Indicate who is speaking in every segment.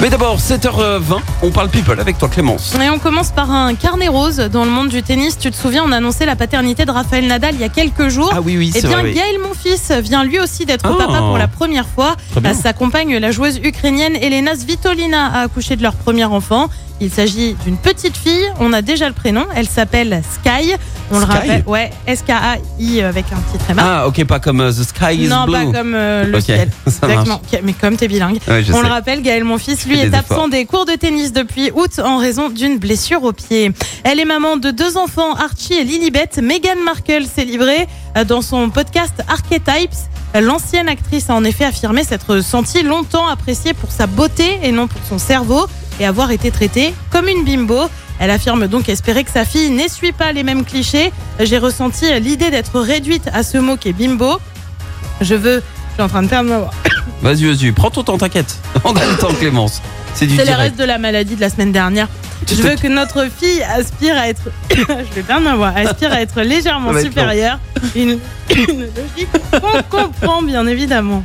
Speaker 1: Mais d'abord, 7h20, on parle people avec toi Clémence.
Speaker 2: Et on commence par un carnet rose dans le monde du tennis. Tu te souviens, on annonçait la paternité de Raphaël Nadal il y a quelques jours.
Speaker 1: oui, Ah, oui,
Speaker 2: Eh bien, Gaël, mon fils, vient lui aussi d'être
Speaker 1: Ah.
Speaker 2: papa pour la première fois.
Speaker 1: Très bien.
Speaker 2: Euh, Sa compagne, la joueuse ukrainienne Elena Svitolina, a accouché de leur premier enfant. Il s'agit d'une petite fille. On a déjà le prénom. Elle s'appelle Sky.
Speaker 1: Sky
Speaker 2: On le rappelle. Ouais, S-K-A-I euh, avec un petit tréma.
Speaker 1: Ah, ok, pas comme euh, The Sky is
Speaker 2: bah- non,
Speaker 1: Blue.
Speaker 2: pas comme euh, le
Speaker 1: Ok,
Speaker 2: ciel.
Speaker 1: ça marche.
Speaker 2: Exactement. Ok, Mais comme t'es bilingue.
Speaker 1: Ouais, je
Speaker 2: On
Speaker 1: sais.
Speaker 2: le rappelle, Gaël Monfils, lui,
Speaker 1: fais
Speaker 2: est
Speaker 1: des
Speaker 2: absent
Speaker 1: efforts.
Speaker 2: des cours de tennis depuis août en raison d'une blessure au pied. Elle est maman de deux enfants, Archie et Lilibet. Meghan Markle s'est livrée euh, dans son podcast Archetypes. L'ancienne actrice a en effet affirmé s'être sentie longtemps appréciée pour sa beauté et non pour son cerveau et avoir été traitée comme une bimbo. Elle affirme donc espérer que sa fille n'essuie pas les mêmes clichés. J'ai ressenti l'idée d'être réduite à ce mot qui est bimbo. Je veux, je suis en train de perdre ma voix.
Speaker 1: Vas-y, vas-y, prends ton temps, t'inquiète. On a le temps Clémence. C'est du
Speaker 2: C'est le
Speaker 1: direct.
Speaker 2: reste de la maladie de la semaine dernière. Je veux que notre fille aspire à être. je vais perdre ma voix. Aspire à être légèrement
Speaker 1: Ça va être
Speaker 2: supérieure. Une, une logique qu'on comprend, bien évidemment.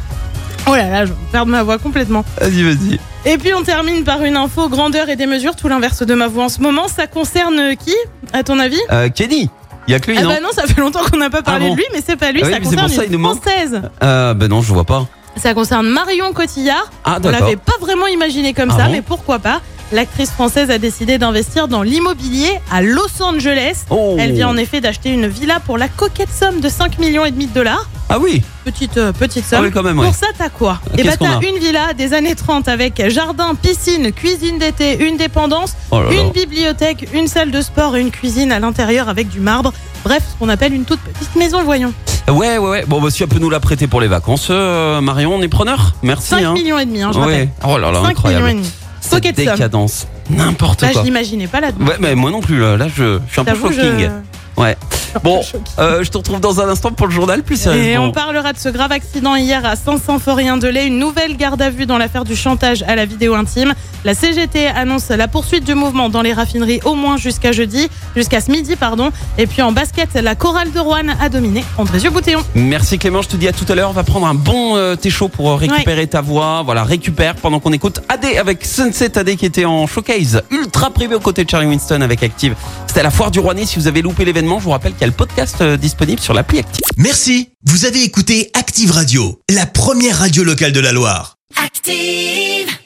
Speaker 2: Oh là là, je vais perdre ma voix complètement.
Speaker 1: Vas-y, vas-y.
Speaker 2: Et puis on termine par une info grandeur et des mesures, tout l'inverse de ma voix en ce moment. Ça concerne qui, à ton avis
Speaker 1: Euh, Kenny, il y a que lui,
Speaker 2: Ah
Speaker 1: non
Speaker 2: bah non, ça fait longtemps qu'on n'a pas parlé
Speaker 1: Ah bon
Speaker 2: de lui, mais c'est pas lui,
Speaker 1: Ah oui,
Speaker 2: ça
Speaker 1: mais c'est pour
Speaker 2: concerne
Speaker 1: ça, il
Speaker 2: une
Speaker 1: nous manque.
Speaker 2: française.
Speaker 1: Euh, Ben non, je vois pas.
Speaker 2: Ça concerne Marion Cotillard.
Speaker 1: Ah,
Speaker 2: On
Speaker 1: d'accord.
Speaker 2: l'avait pas vraiment imaginé comme
Speaker 1: Ah
Speaker 2: ça,
Speaker 1: bon
Speaker 2: mais pourquoi pas L'actrice française a décidé d'investir dans l'immobilier à Los Angeles.
Speaker 1: Oh.
Speaker 2: Elle vient en effet d'acheter une villa pour la coquette somme de 5 millions et demi de dollars.
Speaker 1: Ah oui,
Speaker 2: Petite, euh, petite
Speaker 1: ah
Speaker 2: somme.
Speaker 1: oui, quand même, ouais.
Speaker 2: Pour ça, t'as quoi
Speaker 1: Euh,
Speaker 2: Eh
Speaker 1: qu'est-ce
Speaker 2: ben,
Speaker 1: qu'on
Speaker 2: t'as
Speaker 1: a
Speaker 2: une villa des années 30 avec jardin, piscine, cuisine d'été, une dépendance,
Speaker 1: Oh là là.
Speaker 2: une bibliothèque, une salle de sport et une cuisine à l'intérieur avec du marbre. Bref, ce qu'on appelle une toute petite maison, voyons.
Speaker 1: Ouais, ouais, ouais. Bon, bah, si elle peut nous la prêter pour les vacances, euh, Marion, on est preneur. Merci.
Speaker 2: 5
Speaker 1: hein.
Speaker 2: millions et demi, hein, je rappelle.
Speaker 1: Ouais. Oh là là,
Speaker 2: 5 millions et
Speaker 1: incroyable.
Speaker 2: demi.
Speaker 1: Cette
Speaker 2: Pocket somme.
Speaker 1: décadence. N'importe
Speaker 2: Là, je
Speaker 1: quoi.
Speaker 2: l'imaginais pas là-dedans.
Speaker 1: Ouais, mais moi non plus, là, là, je, je suis un peu
Speaker 2: T'avoue, je-
Speaker 1: shocking. Ouais. Bon,
Speaker 2: Shocking.
Speaker 1: euh, je te retrouve dans un instant pour le journal, plus
Speaker 2: Et
Speaker 1: sérieusement.
Speaker 2: on parlera de ce grave accident hier à Saint-Symphorien-de-Lay, une nouvelle garde à vue dans l'affaire du chantage à la vidéo intime. La CGT annonce la poursuite du mouvement dans les raffineries au moins jusqu'à jeudi, jusqu'à ce midi pardon. Et puis en basket, la chorale de Rouen a dominé Andrézieux Boutéon.
Speaker 1: Merci Clément, je te dis à tout à l'heure. On va prendre un bon euh, thé chaud pour euh, récupérer ta voix. Voilà, récupère pendant qu'on écoute AD avec Sunset AD qui était en showcase ultra privé aux côtés de Charlie Winston avec Active. C'était à la foire du Rouennais. Si vous avez loupé l'événement, je vous rappelle qu'il y a le podcast euh, disponible sur l'appli Active.
Speaker 3: Merci, vous avez écouté Active Radio, la première radio locale de la Loire.
Speaker 4: active.